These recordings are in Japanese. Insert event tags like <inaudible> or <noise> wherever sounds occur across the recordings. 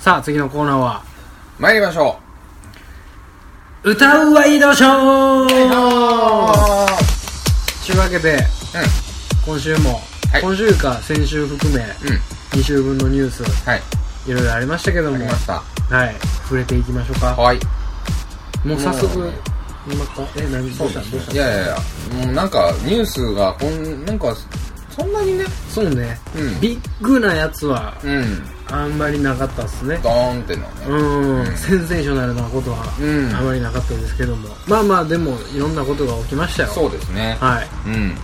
さあ、次のコーナーは、参りましょ歌うワイドショーうはというわけで、今週も、はい今週か先週含め、いうんうん2週分のニュース、はいいろいろありましたけども、ありましたはい、触れていきましょうか。はいもう早速、もう今か、え、何どうしたどうしいたやいやいやもうなんかニュースがこんなんかそんなにねそうね、うんビッグなやつは、うんあんまりなかったっすね。ドーンってのねうん、センセーショナルなことは、うんあまりなかったですけども。まあまあ、でも、いろんなことが起きましたよ。そうですねはい。うん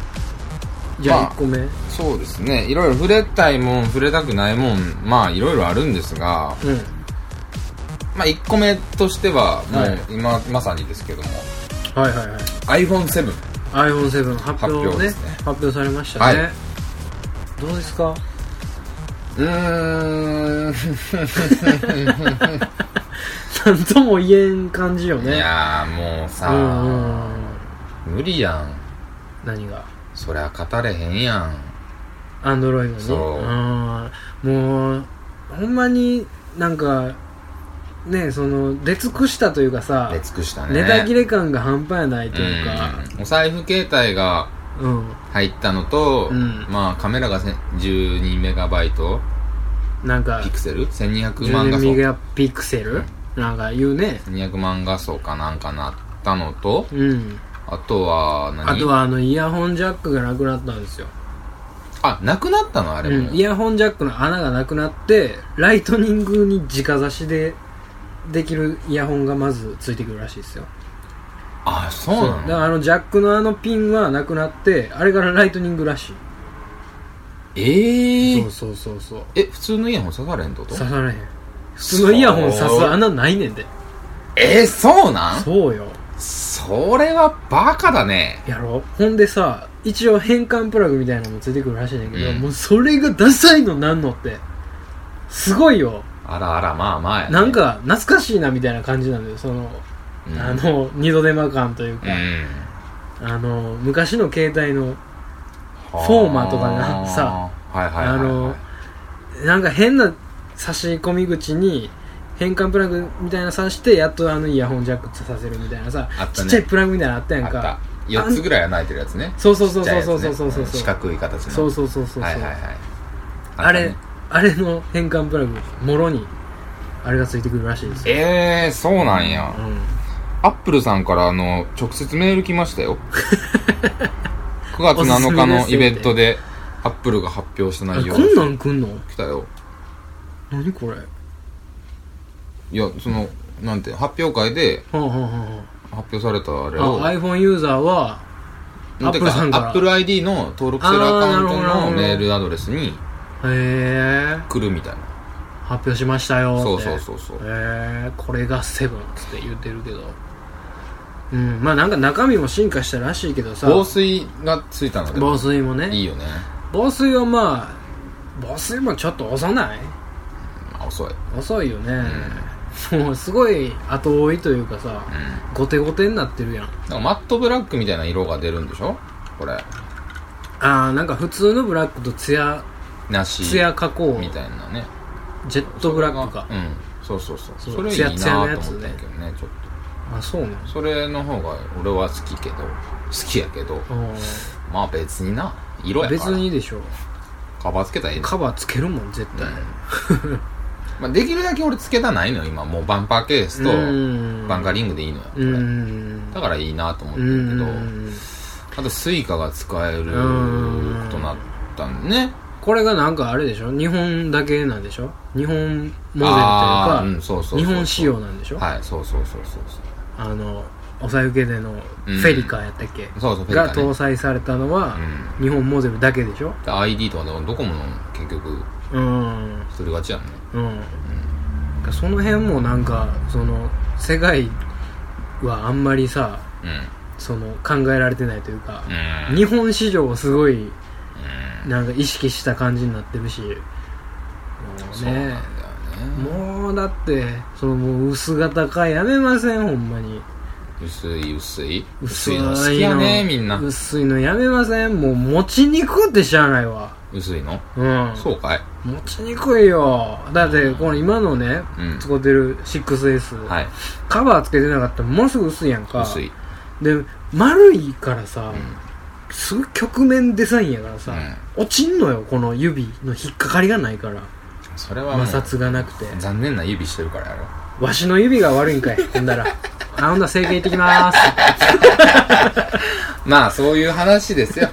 じゃまあ、あ1個目。そうですねいろいろ触れたいもん触れたくないもんまあいろいろあるんですがうん。まあ1個目としてはもはいう今まさにですけどもはいはいはい。 iPhone7 iPhone7 発発表表ねですね発表されましたね、はいどうですかうーんなんとも言えん感じよ <laughs> いねやーもううさんうんうん無理やん何がそりゃ語れへんやんアンドロイドそのうんもうほんまになんかねその出尽くしたというかさ出尽くしたねネタ切れ感が半端やないというかうんお財布携帯がうん入ったのと、うんまあカメラがせん12メガバイトなんかピクセル1200万画12素ミガピクセルなんか言うね200万画素かなんかなったのとうんあとは何あとはあのイヤホンジャックがなくなったんですよあなくなったのあれも、うんイヤホンジャックの穴がなくなってライトニングに直差しでできるイヤホンがまずついてくるらしいですよあそうなだのからあのジャックのあのピンはなくなってあれからライトニングらしえい、ー、そうそうそうそうえ普通のイヤホン刺されんってこと刺されへん普通のイヤホン刺す穴ないねんでえー、そうなんそうよそれはバカだねやろほんでさ一応変換プラグみたいなのもついてくるらしいねんだけど、うんもうそれがダサいのなんのってすごいよあらあらまあまあやねなん、か懐かしいなみたいな感じなんだよそのうん、あの二度手間感といううか、んあの昔の携帯のフォーマーとかなさはいはいはいはあい、のなんか変な差し込み口に変換プラグみたいなさしてやっとあのイヤホンジャックさせるみたいなさ、あったちねっちゃいプラグみたいなのあったやんあったか4つぐらいは泣いてるやつねそうそうそちっうちゃいそうやつそねうそうそうそううん四角い形のそうそうそうそうそうはいはいはいあったれねあれの変換プラグもろにあれがついてくるらしいですよええー、そうなんやうんアップルさんからあの直接メール来まし <laughs> たよ9月おすすめ7日ですのイベントでアップルが発表したあ内容こんなん来んの来たよ何これはいやそのなんて発表会であ、はあは発表されたあれあをはあ、iPhone ユーザーはなんていアップうルさんからアップル ID の登録してるアカウントあーなるほどなるほのどメールアドレスにへえ来るみたいな発表しましたよってそうそうそうそうえー、これがセブンっつって言ってるけどうんまあなんか中身も進化したらしいけどさ防水がついたので防水もねいいよね防水はまあ防水もちょっと遅ないまあ遅い遅いよね、もうすごい後追いというかさうんゴテゴテになってるやんなんかマットブラックみたいな色が出るんでしょこれあーなんか普通のブラックとツヤなしツヤ加工みたいなねジェットブラックかうんそうそうそうそそうれいいなツヤツヤのやとつ思っねたんやけどねちょっあそうなのとそれの方が俺は好きけど好きやけどまあ別にな色やから別にいいでしょカバーつけたらいいのカバーつけるもん絶対、まあ、できるだけ俺つけたないのよ今もうバンパーケースとんバンカリングでいいのよこうれんだからいいなと思ってうるけどんあとスイカが使えるうんことになったんねこれがなんかあれでしょ日本だけなんでしょ日本モデルというあか、ーうんそうそうそうそう日本仕様なんでしょ、はいそうそうそうそうそうあのお財布系でのフうんェリカやったっけ、そうそうフェリカがね搭載されたのは、日本モデルだけでしょで ID とかでもどこも結局うん一人勝ちやんねうん、その辺もなんかその世界はあんまりさその考えられてないというか、うんうん日本市場をすごいうんなんか意識した感じになってるしもうそうなんだよねねもうだってそのもう薄型化やめませんほんまに薄い薄い薄薄いいのの好きやねみんな薄いのやめませんもう持ちにくってしゃあないわ薄いのうんそうかい持ちにくいよだってこの今のねうん使ってる 6S、はいカバーつけてなかったらものすごい薄いやんか薄いで丸いからさ、うんすごい曲面デザインやからさ、落ちんのよこの指の引っかかりがないからそれはも摩う擦がなくて残念な指してるからやろわしの指が悪いんかいほんだらあほんなら整形行ってきまーすまあそういう話で <laughs> すよ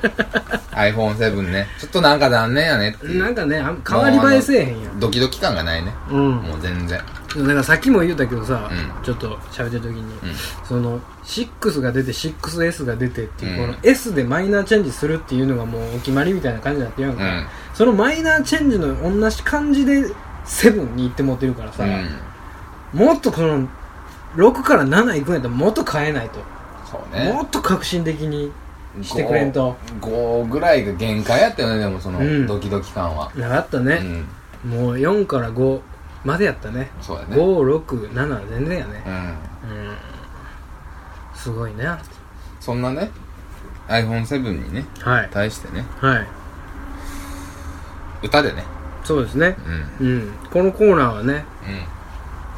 iPhone7 ねちょっとなんか残念やねっていうなんかねあん変わり映えせえへんやんドキドキ感がないねうんもう全然だからさっきも言うたけどさ、うんちょっと喋ってる時に、うんその6が出て 6S が出てっていう、うんこの S でマイナーチェンジするっていうのがもうお決まりみたいな感じになってるやんうか、んそのマイナーチェンジの同じ感じで7に行って持ってるからさ、うんもっとこの6から7行くんやったらもっと変えないと、そうねもっと革新的にしてくれんと5ぐらいが限界やったよねでもそのうんドキドキ感はなかったうね、んもう4から5までやったねそうやね567は全然やねうんうんすごいねはそんなね iPhone7 にねい対してねはい歌でねそうですねうんうんこのコーナーはね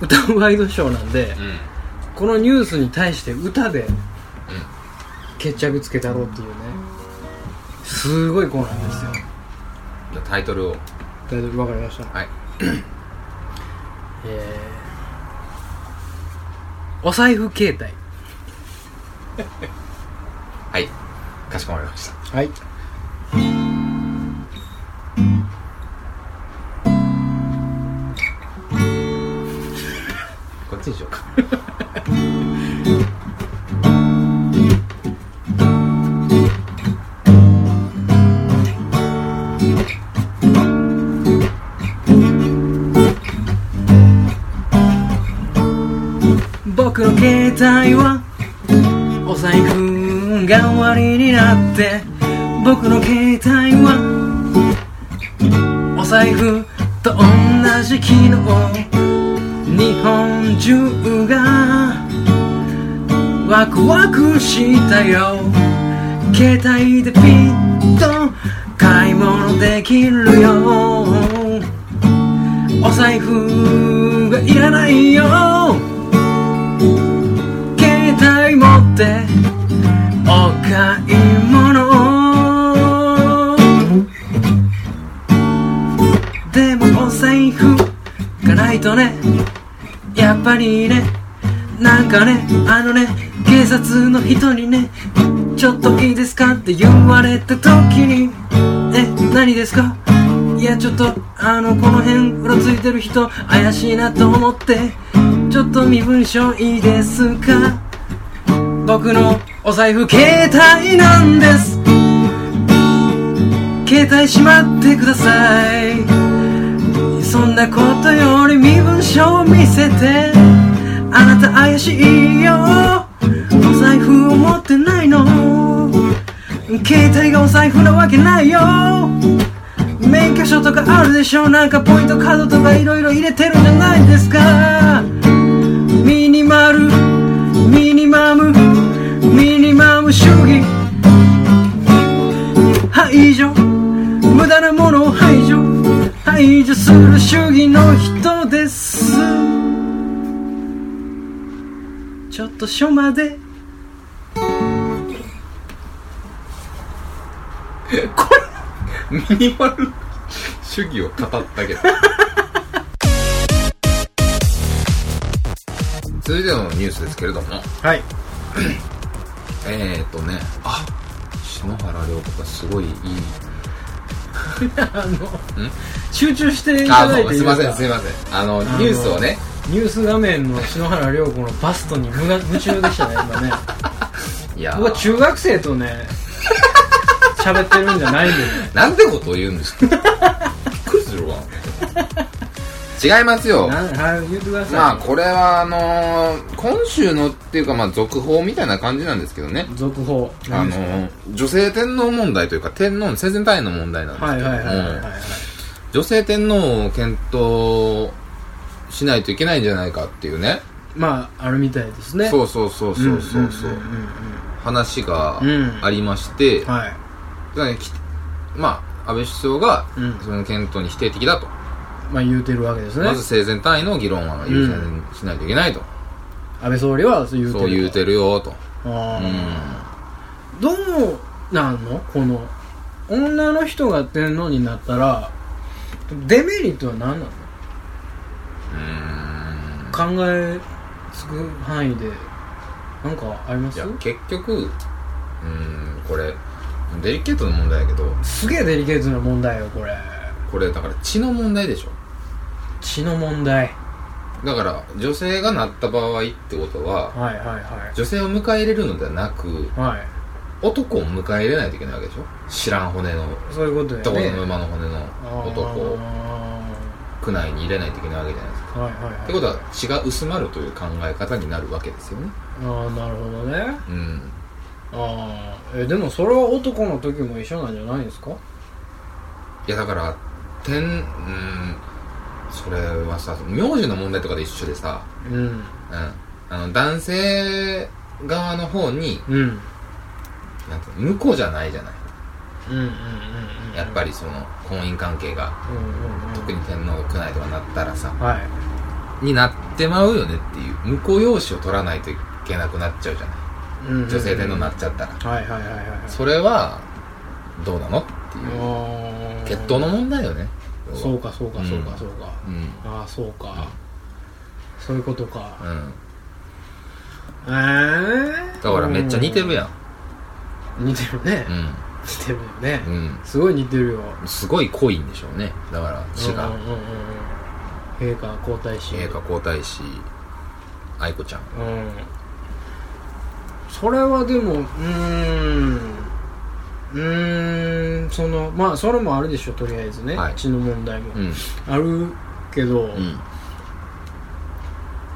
うん歌うワイドショーなんでうんこのニュースに対して歌で決着つけたろうっていうねすごいコーナーですよじゃあタイトルを大丈夫わかりましたはいえーお財布携帯はいかしこまりましたはいこっちにしようか僕の携帯はお財布代わりになって僕の携帯はお財布と同じ機能日本中がワクワクしたよ携帯でピッと買い物できるよお財布がいらないよ携帯持ってお買い物でもお財布がないとねやっぱりねなんかねあのね警察の人にねちょっといいですかって言われた時にえ何ですかいやちょっとあのこの辺うろついてる人怪しいなと思ってちょっと身分証いいですか僕のお財布携帯なんです携帯しまってくださいそんなことより身分証見せてあなた怪しいよお財布を持ってないの携帯がお財布なわけないよ免許証とかあるでしょなんかポイントカードとかいろいろ入れてるんじゃないんですかミニマルミニマムミニマム主義排除無駄なものを排除排除する主義の人ですちょっと署までミニマル主義を語ったけど <laughs> 続いてのニュースですけれどもはい <coughs> えー、とねあ篠原涼子がすごいいいあの集中していあただいそていういすいませでんすかすいませんあののニュースをねニュース画面の篠原涼子のバストに無が夢中でしたね今ねいやー僕は中学生と <laughs> ね喋ってるんじゃないんでねなんてことを言うんですか <laughs> びっくりするわ違いますよなんはい言ってください、まあこれはあのー今週のっていうかまあ続報みたいな感じなんですけどね続報あのー女性天皇問題というか天皇の生前退位の問題なんですはいけどはいも、はいはいはい女性天皇を検討しないといけないんじゃないかっていうねまああるみたいですねそうそうそうそうそうそう,、んんんん話がうんありまして、はいだからねきま安倍首相が、うんその検討に否定的だと。まあ言うてるわけですねまず生前単位の議論は優先しないといけないと。安倍総理はそう言うてるそう言うてるよ、と。うあーん。どうなんのこの女の人が天皇になったらデメリットは何なの考えつく範囲でなんかありまいすや、結局、うん、これ、デリケートな問題やけど、すげえデリケートな問題よこれこれだから血の問題でしょ。血の問題だから、女性がなった場合ってことは、はいはいは女性を迎え入れるのではなく、いはい男を迎え入れないといけないわけでしょ知らん骨の、そういうことどこやのね馬の骨の男をあ区内に入れないといけないわけじゃないですか。ーはいはいはいってことは血が薄まるという考え方になるわけですよね。ああなるほどねうん。ああえでもそれは男の時も一緒なんじゃないですかいやだから、天、うん、それはさ、名字の問題とかで一緒でさ、うんうん。あの、男性側の方に、うんうんなんていうの、向こうじゃないじゃない。うんうんうんやっぱりりその、婚姻関係が、うんうんうん特に天皇宮内とかなったらさ、はいになってまうよねっていう、婿養子を取らないといけなくなっちゃうじゃない。女女性天皇になっちゃったら。はいはいはいはいそれは、どうなのっていう、あー血統の問題よね。そうかそうかそううかんそうか、うん。ああそうかそういうことかうん。ええだからめっちゃ似てるやん。ん似てるねうん。似てるよねうん。すごい似てるよすごい濃いんでしょうね。だから、血がうん。うんうんうん陛下皇太子陛下皇太子、愛子ちゃうん。んそれはでもうーんうーんそのまあそれもあるでしょとりあえずね、はい血の問題も、うん。あるけど、うん。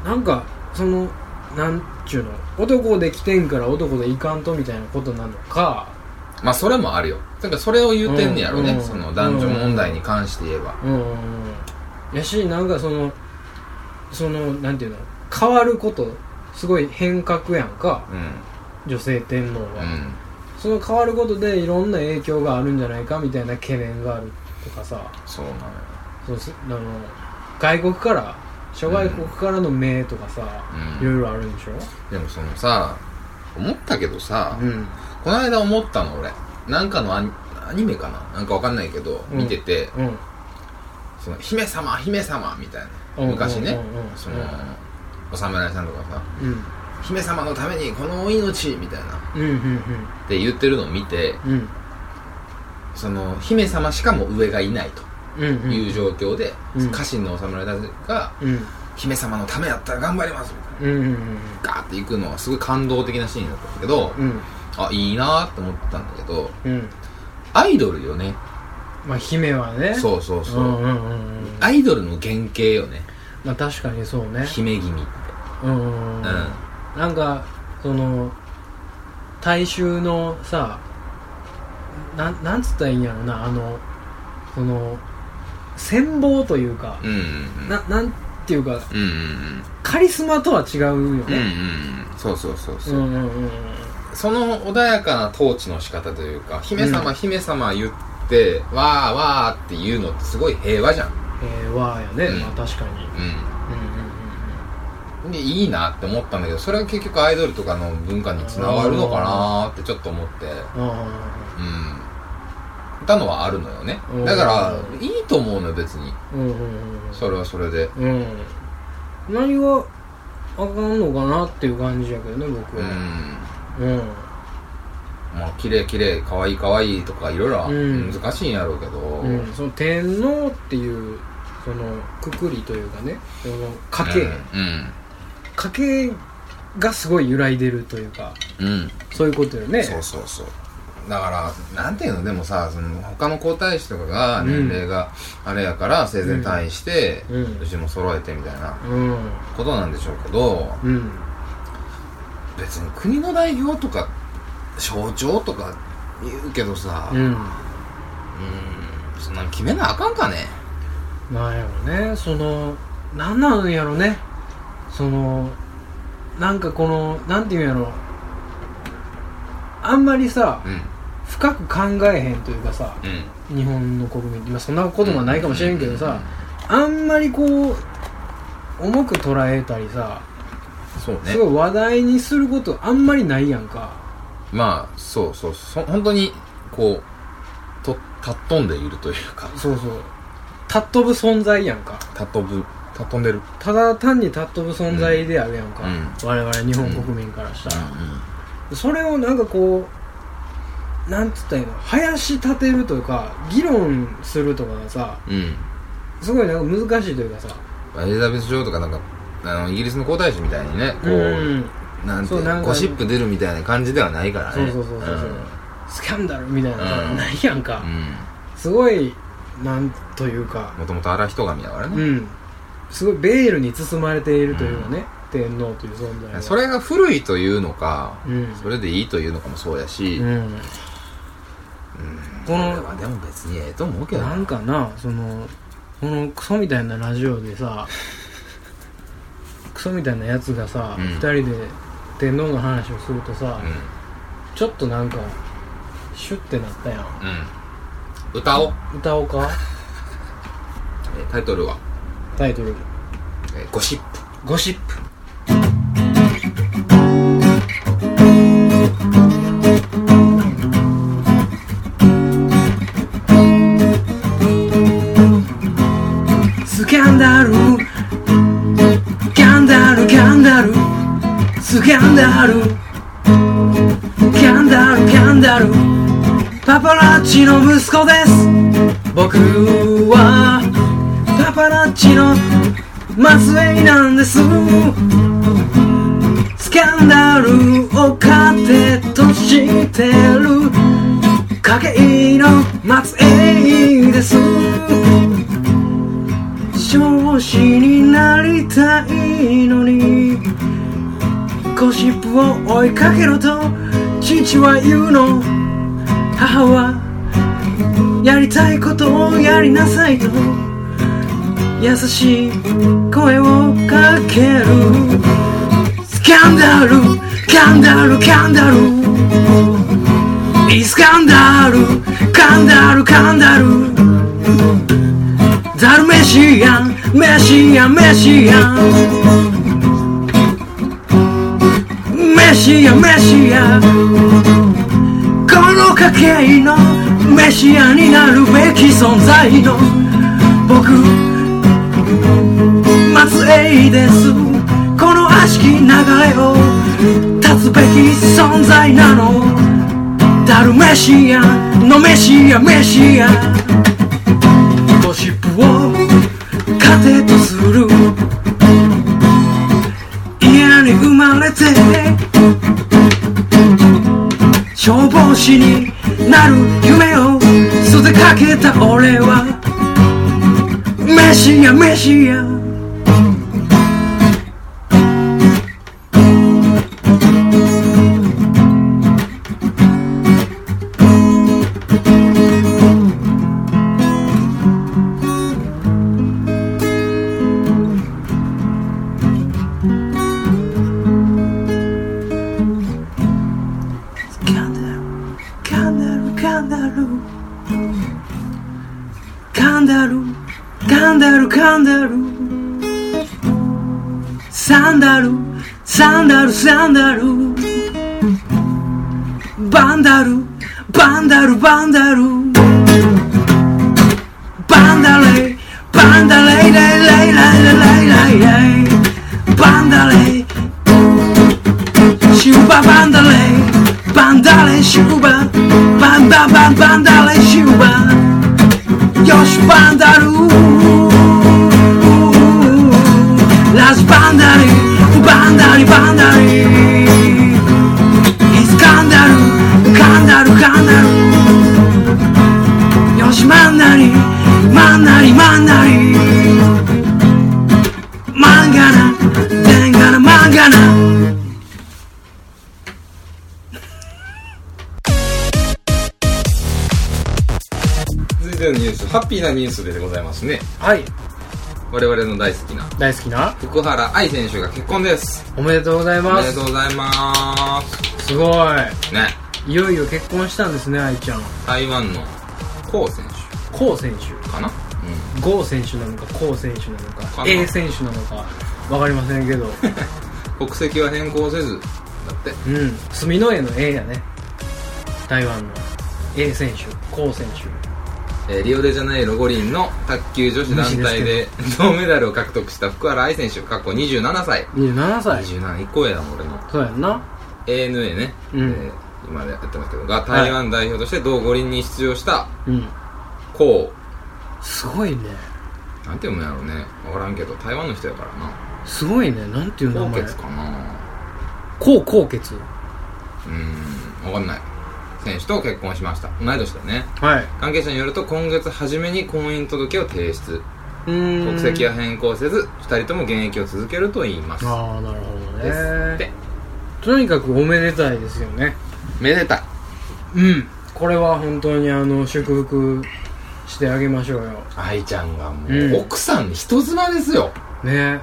なんかそのなんちゅうの男で来てんから男でいかんとみたいなことなのかまあ、それもあるよ。だから、それを言うてんねやろうね。んその、男女問題に関して言えば。うんやしなんかそのそのなんていうの変わることすごい変革やんかうん。女性天皇うは、ん。その変わることでいろんな影響があるんじゃないかみたいな懸念があるとかさそうなのよ。そのすあの外国から諸外国からの命とかさ、うんいろいろあるんでしょでも、そのさ、思ったけどさ、うんこの間思ったの、俺。なんかのアニアニメかななんかわかんないけど、うん見てて、うんその、姫様、姫様みたいな。うん昔ねうんうんう、んその、お侍さんとかさ、うん姫様のためにこのお命みたいな。うんうんって言ってるのを見て、うんうんその、姫様しかも上がいないうんとうんいう状況で、うん家臣のお侍たちが、うん姫様のためだったら頑張りますみたいな。うんうんガーって行くのはすごい感動的なシーンだったんだけど、うんあ、いいなーって思ったんだけど、うんアイドルよね。まあ姫はねうそうそうそう。んうんうんうんアイドルの原型よね。まあ確かにそうね姫君って。うんうんうんなんかその大衆のさなんなんつったらいいんやろなあのその戦望というかうん。うんななんていうかうんうん。うんカリスマとは違うようんうん。うんねうん。そうそうそううそう。んうんうんうんその穏やかな統治の仕方というか、姫様、う姫様言って、わーわーって言うのってすごい平和じゃん。えー、わーやね、うんまあ確かにうんううんん。うんでいいなって思ったんだけどそれが結局アイドルとかの文化につながるのかなーってちょっと思ってうんあうんたのはあるのよねうんだからいいと思うのよ別にーうんうんうんうんそれはそれでうん何があかんのかなっていう感じやけどね僕うんはうんまあ綺麗綺麗可愛い可愛いとかいろいろうん難しいんやろうけどうん、その天皇っていうそのくくりというかねその家系、うん家系がすごい揺らいでるというかうんうんそういうことよねそうそうそうだからなんていうのでもさその他の皇太子とかが年齢があれやから生前退位してうんうちも揃えてみたいなうんことなんでしょうけどうん別に国の代表とか象徴とか言うけどさうんうんそんなん決めなあかんかねなんやろねそのなんなんやろねそのなんかこのなんていうんやろあんまりさうん深く考えへんというかさうん日本の国民って、まあ、そんなこともないかもしれんけどさあんまりこう重く捉えたりさそうねすごい話題にすることあんまりないやんかまあそうそうそ本当にこうとたっ飛んでいるという <laughs> かそうそうたっ飛ぶ存在やんかたっ飛ぶたっ飛んでるただ単にたっ飛ぶ存在であるやんか、うん我々日本国民からしたら、それをなんかこうなんつったらいいの林立てるというか議論するとかがさうん、うんすごいなんか難しいというかさエリザベス女王とかなんかあのイギリスの皇太子みたいにねこう、うんなんていそううなんのかゴシップ出るみたいな感じではないからそうねそうそうそう、んうスキャンダルみたいなさ、うんないやんか、うすごいなんというかんもともと荒人神だからうね、んすごいベールに包まれているというかね、天皇という存在はそれが古いというのか、うんそれでいいというのかもそうやし、うんこの俺はでも別にええと思うけどなんかなそのこのクソみたいなラジオでさクソみたいなやつがさ、うん二人で天皇の話をするとさ、うんちょっとなんかシュッてなったやんうん歌おう、歌おうかえータイトルはタイトル「えーゴシップ「ゴシップ」スキャンダルキャンダルキャンダルスキャンダルキャンダルキャンダルパパラッチの息子です僕はパパラッチの末裔なんですスキャンダルを糧としてる家計の末裔です上司になりたいのにゴシップを追いかけろと父は言うの母はやりたいことをやりなさいと優しい声をかけるスキャンダルキャンダルキャンダルイスキャンダルカンダルカンダルザルメシアンメシアンメシアンメシアンメシアンこの家系のメシアンになるべき存在の僕末裔ですこの悪しき流れを断つべき存在なのダルメシアンのメシアンメシアンゴシップを糧とする家に生まれて消防士になる夢を捨てかけた俺はメシアメシアキャンダルカンダルカンダルカンダルサンダルサンダルサンダルバンダルバンダルバンダルバンダレイバンダレイレイレイレイレイレイレイバンダレイシュババンダレイバンダレイシュババンダバンバンダレイシュバよしバンダルラスバンダリバンダリバンダリイスカンダルカンダルカンダルよしマンダリマンダリマンダリマンガナデンガナマンガナ続いてのニュースハッピーなニュースでございますねはい我々の大好きな大好きな福原愛選手が結婚ですおめでとうございおめまですとうございますごいねいよいよ結婚したんですね愛ちゃん台湾の江選コウ選手かな手ゴウ選手なのかコウ選手なのかかな A 選手なのかわかりませ <laughs> んけどうん国籍は変更せずだってうん住の江の A やね台湾の A 選手コウ選手えーリオデジャネイロ五輪の卓球女子団体で銅メダルを獲得した福原愛選手、かっこ27歳。 27歳27、1個上だもん、俺の。そうやんな ANA ね、うんえー今やってますけど、が台湾代表として同五輪に出場した、うんこすごいねう、なんて読むんやろうね。わからんけど、台湾の人やからな。すごいねなんていう名高前血かな高高血うーん、わかんない。選手と結婚しました。同い年だね。はい関係者によると、今月初めに婚姻届を提出。うーん国籍は変更せず、二人とも現役を続けると言います。ああなるほですどっねて。とにかくおめでたいですよねめでたい。うんこれは本当にあの祝福してあげましょうよ愛ちゃんがもう、うん奥さんに人妻ですよね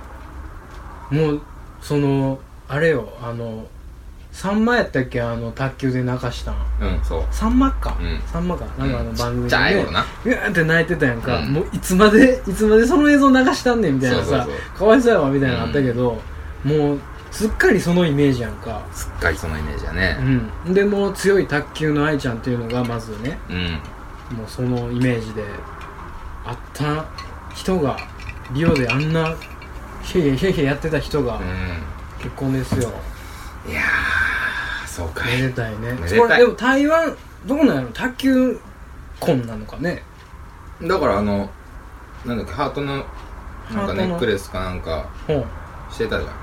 もうそのあれよあのさんまやったっけあの卓球で泣かしたんうんそうさんまか、うんさんまかなんかあの番組で、ねちっちゃい頃なうわーって泣いてたやんか、うんもういつまでいつまでその映像流したんねんみたいなさそうそうかわいそうやわみたいなのあったけど、もうすっかりそのイメージやんかすっかりそのイメージだねうんでもう強い卓球の愛ちゃんっていうのがまずねうん、もうそのイメージであった人がリオであんなヒェイヒェイヒェイヒェイやってた人がう結婚ですよ、ん、いやーそうかいめで <laughs> たいねめでたいこれでも台湾どこなの卓球婚なのかねだからあのなんだっけハートのなんかネックレスかなんかうんしてたじゃん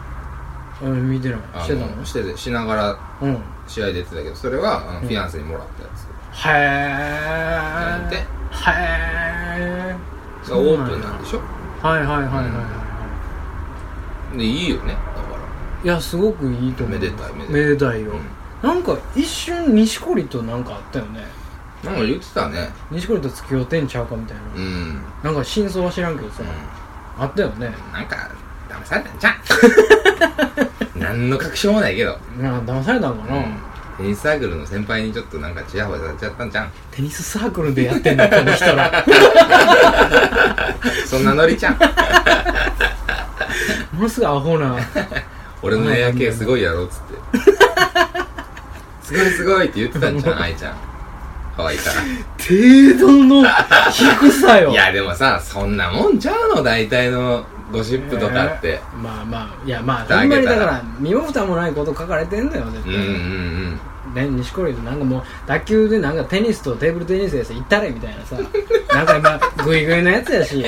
うん見てないあのしてたのしててしながらうんへ試合出てたけどそれはあのうフんィアンセにもらったやつ、なんえてへえがオープンなんでしょはいはいはいはいはい、でいいよねだかいやすごくいいと思うめでたいめでたいめでたいよ、うんなんか一瞬錦織となんかあったよねらなんか言ってたね錦織と付き合うてんちゃうかみたいな、うん、うん、なんか真相は知らんけどさ、あったよねなんか騙されたんじゃ <laughs> ん何の確証もないけどなんか騙されたのかな、テニスサークルの先輩にちょっとなんかチヤホヤされちゃったんじゃんテニスサークルでやってん <laughs> だこの人らそんなノリち <laughs> ゃんものすごいアホな俺のエア系すごいやろっつってすごいすごいって言ってたん <laughs> じゃん愛ちゃん可愛いか程度の低さらよいやでもさ <laughs> そんなもんちゃうの大体のゴシップとかって、まあまあいやまあ蓋ほ開んまにけたらだから身も蓋もないこと書かれてんだよ絶うん対、うんうんね錦織となんかもう卓球でなんかテニスとテーブルテニスでさ行ったれみたいなさなんか今グイグイのやつやし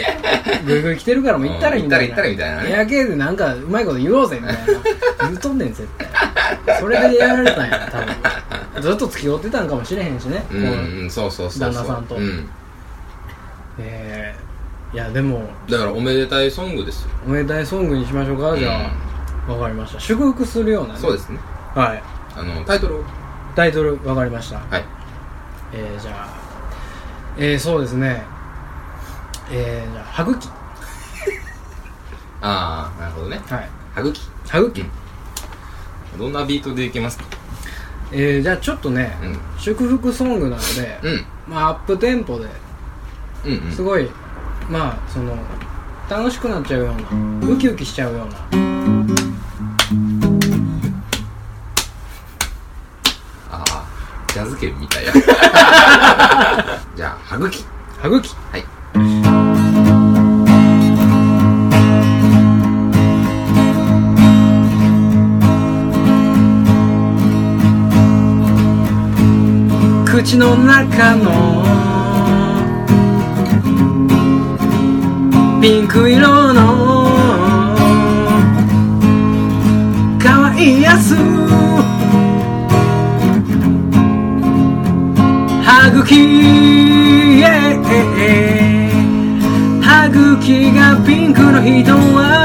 グイグイ来てるからもう行ったれみたいなうん行ったれ行ったれみたいなねエア系でなんかうまいこと言おうぜみたいな言うとんねん絶対それでやられたんや多分ずっと付き合ってたんかもしれへんしね、うんこうんうんそうそうそうそう旦那さんとうん、えーいやでもだからおめでたいソングですよおめでたいソングにしましょうかじゃあわ、かりました祝福するようなねそうですねはいあのタイトルをタイトルわかりましたはいえー、じゃあ、えー、そうですね、えー、じゃあ、歯茎、はああなるほどねい、歯茎歯茎、どんなビートでいけますかえー、じゃあちょっとね、うん祝福ソングなので、うんまあ、アップテンポでうんうんすごい、まあ、その、楽しくなっちゃうような、ウキウキしちゃうような、ああジャズ圏みたいや <laughs> じゃあ歯 <laughs> 茎歯茎、はい口の中のピンク色の可愛いやつ歯茎 yeah 歯茎がピンクの人は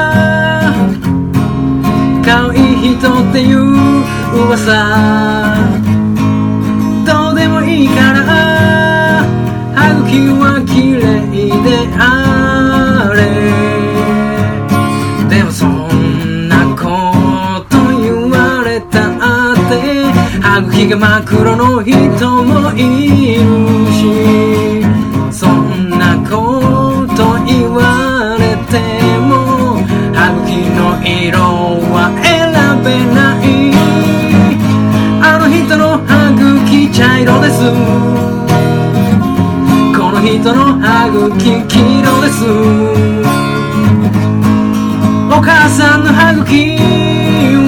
可愛い人っていう噂どうでもいいから歯茎は綺麗であれでもそんなこと言われたって歯あぐひげ真っ黒の人もいるしそんなこと言われても歯茎の色は選べないあの人の歯茎茶色ですこの人の歯茎黄色ですお母さんの歯茎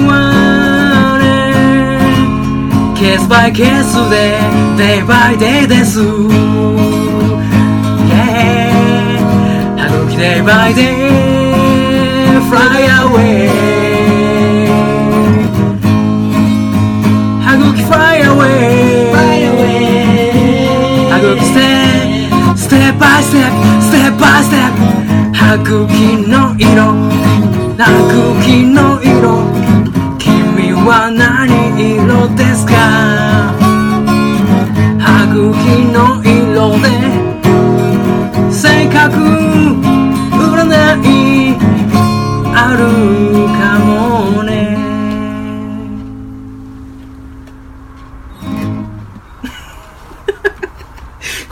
はねケースバイケースでデイバイデイですイェーイ歯茎デイバイデイフライアウェイ歯茎フライアウェイ Fly away. 歯茎ステステップバイステップステップバイステップ歯茎の色歯茎の色君は何色ですか歯茎の色で性格占いあるかもね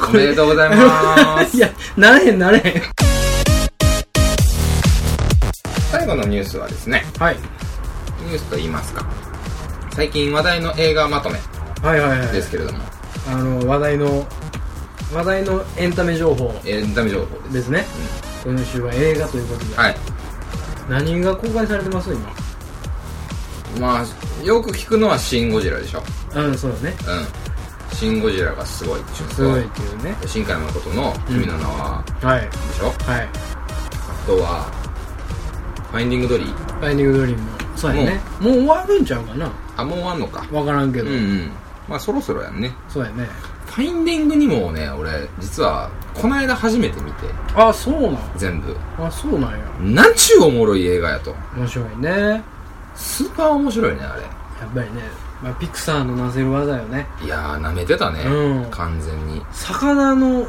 おめでとうございま <laughs> すいやなれへんなれへん最後のニュースはですねはいニュースと言いますか最近話題の映画まとめはいはいはいですけれども、あの話題の話題のエンタメ情報エンタメ情報ですですね、今週は映画ということで、はい何が公開されてます今まあよく聞くのは「シン・ゴジラ」でしょうんそうだねうん「シン・ゴジラ」がすごいっていうのとすごいっていうね新海誠の「君の名ははい」でしょ、はいあとは「ファインディング・ドリーファイニングドリームそうやねもう終わるんちゃうかな」あもうあんのかわからんけうんど、うんまあそろそろやんねそうやねファインディングにもね俺実はこの間初めて見てあそうなん全部あそうなんやなんちゅうおもろい映画やと面白いねやスーパー面白いねあれっぱりね、まあ、ピクサーのなせる技よねいやー舐めてたね、うん完全に魚の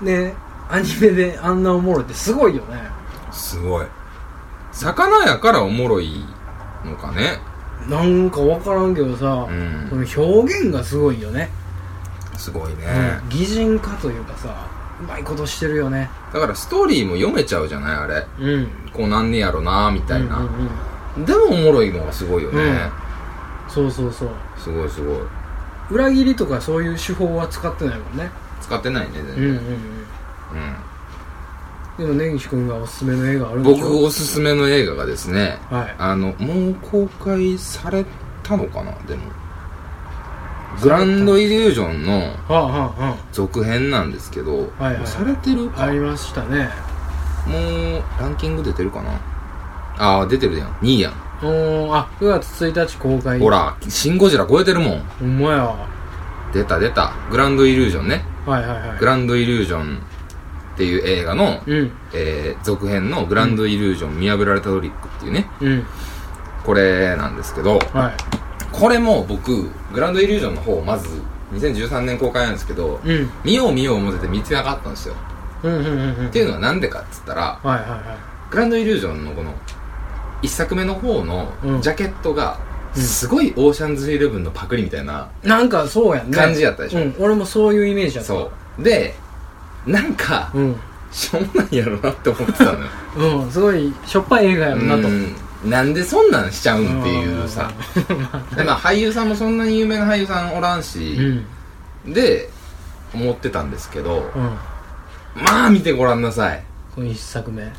ねアニメであんなおもろいってすごいよねすごい魚やからおもろいのかねなんかわからんけどさ、うんこの表現がすごいよね、すごいね、うん擬人化というかさうまいことしてるよねだからストーリーも読めちゃうじゃないあれうんこうなんねやろなみたいな、うんうんうん、でもおもろいのがすごいよね、そうそうそうすごいすごい裏切りとかそういう手法は使ってないもんね使ってないね全然、うんうんうんでも根岸君がおすすめの映画あるうんんでしょ僕おすすめの映画がですねはいあのもう公開されたのかなでもグランドイリュージョンのはあはあは続編なんですけど、はいはいもうされてるあかありましたねもうランキング出てるかなああ出てるやん2位やんおーあ9月1日公開ほら「シン・ゴジラ」超えてるもんほんまや出た出たグランドイリュージョンねはいはいはいグランドイリュージョンっていう映画の、うんえー続編の「グランドイリュージョン見破られたトリック」っていうねうんこれなんですけどはこれも僕グランドイリュージョンの方をまず2013年公開なんですけど、いうん見よう見よう思ってて見てなかったんですようんうんうんうんっていうのはなんでかっつったらはいはいはいグランドイリュージョンのこの一作目の方のうんジャケットがうんすごいオーシャンズイレブンのパクリみたいななんかそうやんね感じやったでしょ、うん俺もそういうイメージやったそうでなんかうんしょうもないやろなって思ってたのようんすごいしょっぱい映画やろなとうんなんでそんなんしちゃうんっていうさでまあ俳優さんもそんなに有名な俳優さんおらん <laughs> うし、んで思ってたんですけどうんまあ見てごらんなさいこの一作目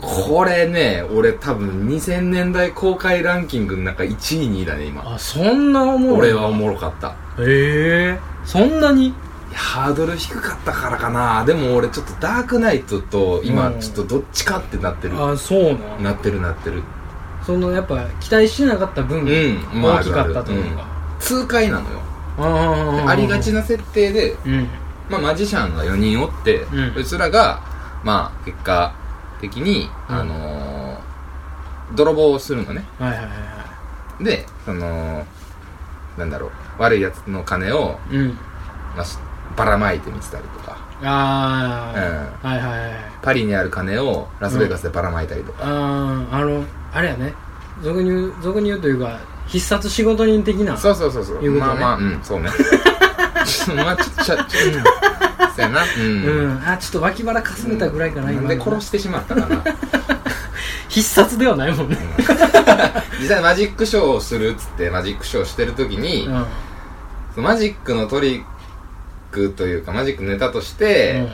これね俺多分2000年代公開ランキングの中1位2位だね今あそんな思う俺はおもろかったへえそんなにハードル低かったからかなでも俺ちょっとダークナイトと今うんちょっとどっちかってなってる、あそうななってるなってるそのやっぱ期待してなかった分うんまあ大きかったというか痛快なのよあありがちな設定で、うんまあ、マジシャンが4人おって、ううんちらがまあ結果的に、うんあのー泥棒をするのねはいはいはいでそのなんだろう悪いやつの金を、はいうんまあしばらまいてみてたりとか、あうん、あはいはいはいパリにある金をラスベガスでばらまいたりとか、あああのあれやね俗に言う俗に言うというか必殺仕事人的なそうそうそうそういうことまあねまあうん <laughs> そうねまあちょっとちゃちょうんそうやなうん、うん、あちょっと脇腹かすめたぐらいかな、なん今で殺してしまったかな必殺ではない <laughs> もんね、実際マジックショーをするっつってマジックショーしてる時に、うんそのマジックのトリックというかマジックのネタとして、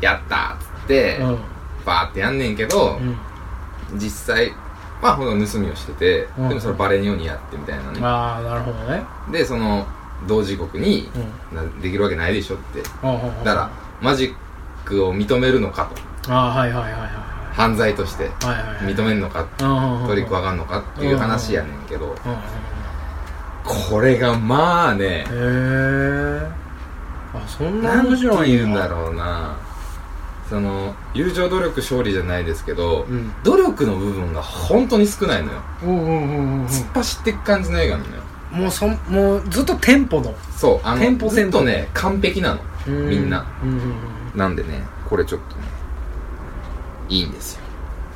やったーっつって、うんバーってやんねんけど、うん実際まあほんと盗みをしてて、うんでもそれバレんようにやってみたいなねああなるほどねでその同時刻に、うんなできるわけないでしょってだほうほうほうからマジックを認めるのかとああはいはいはいは犯罪としていはいはいはい認めるのかうんトリックわかんのかっていう話やねんけどうんうんこれがまあねうんへえあそんな何面白てい言うんだうろうなその友情努力勝利じゃないですけど、うん努力の部分が本当に少ないのようんうんうんうん突っ走ってく感じの映画なのよもうそんもうずっとテンポのそうあのテンポずテっンポとね完璧なのうみんなうんうんうんなんでねこれちょっとねいいんですよ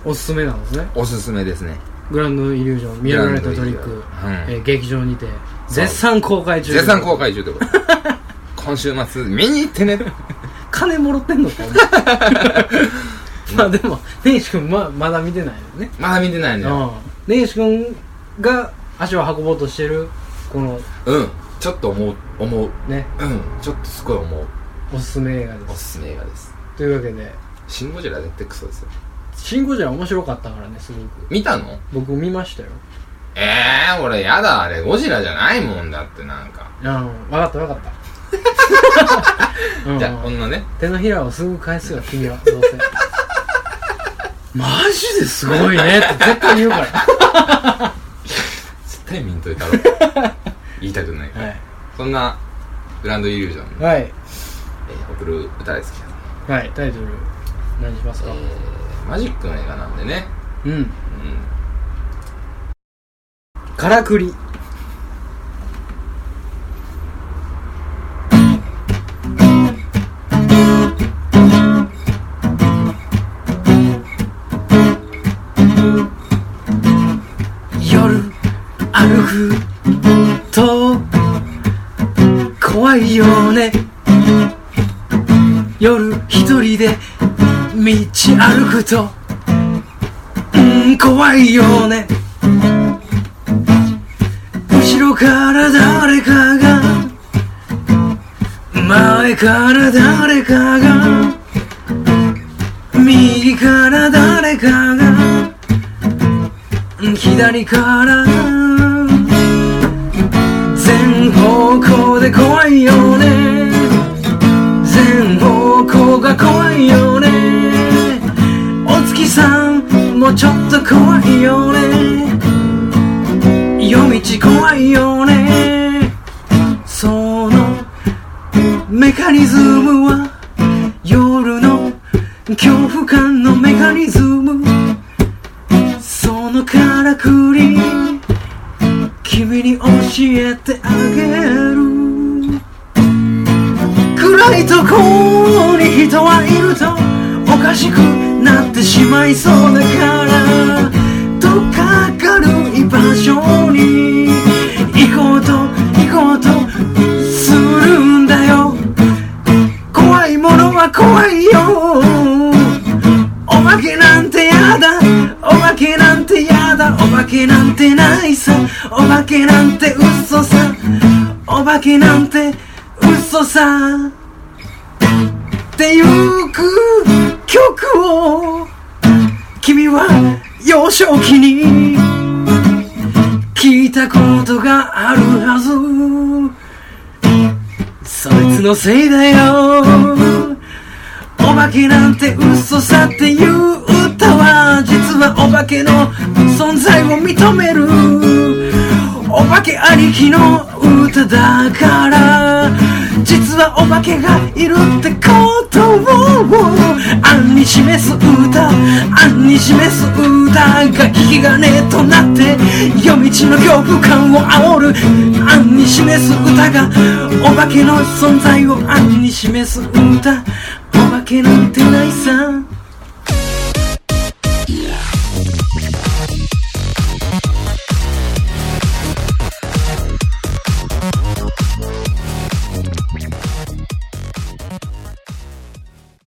おすすめなんですねおすすめですねグランドイリュージョン見られたトリックグランドイリュージョンうんえー劇場にて絶賛公開中絶賛公開中ってこと <laughs> 今週末見に行ってね金もろってんのかお <laughs> 前まあでも根岸君ままだ見てないのねまだ見てないのよ根岸君が足を運ぼうとしてるこのうんちょっと思う思うねうんちょっとすごい思うおすすめ映画でおすすすめ映画ですというわけでシン・ゴジラ絶対クソですよ「シン・ゴジラ」面白かったからねすごく見たの僕見ましたよええー、俺やだあれゴジラじゃないもんだってなんか、うん分かった分かった <laughs> うんじゃあこんなね手のひらをすぐ返す <laughs> よ君はどうせマジですごいねって <laughs> 絶対言うから絶対見んといたろ <laughs> 言いたくないから、はいそんなグランドイリュージョン、はいえー、送る歌ですけど、はいタイトル何しますえかー、マジックの映画なんでねうんうんからくり夜歩くと怖いよね夜一人で道歩くとうん怖いよね後ろから誰かが前から誰かが右から誰かが左から全方向で怖いよね全方向が怖いよねお月さんもちょっと怖いよね夜道怖いよねそのメカニズムは夜の恐怖感のメカニズムそのからくり君に教えてあげる暗いとこに人はいるとおかしくなってしまいそうだからどっか明るい場所に行こうと行こうとするんだよ怖いものは怖いよおまけなんてやだおまけなんてやだおまけなんてないさおまけなんて嘘さおまけなんて嘘さっていう曲を君は幼少期に聞いたことがあるはずそいつのせいだよお化けなんて嘘さっていう歌は実はお化けの存在を認めるお化けありきの歌だから実はお化けがいるってことを暗に示す歌暗に示す歌が引き金となって夜道の恐怖感を煽る暗に示す歌がお化けの存在を暗に示す歌お化けなんてないさ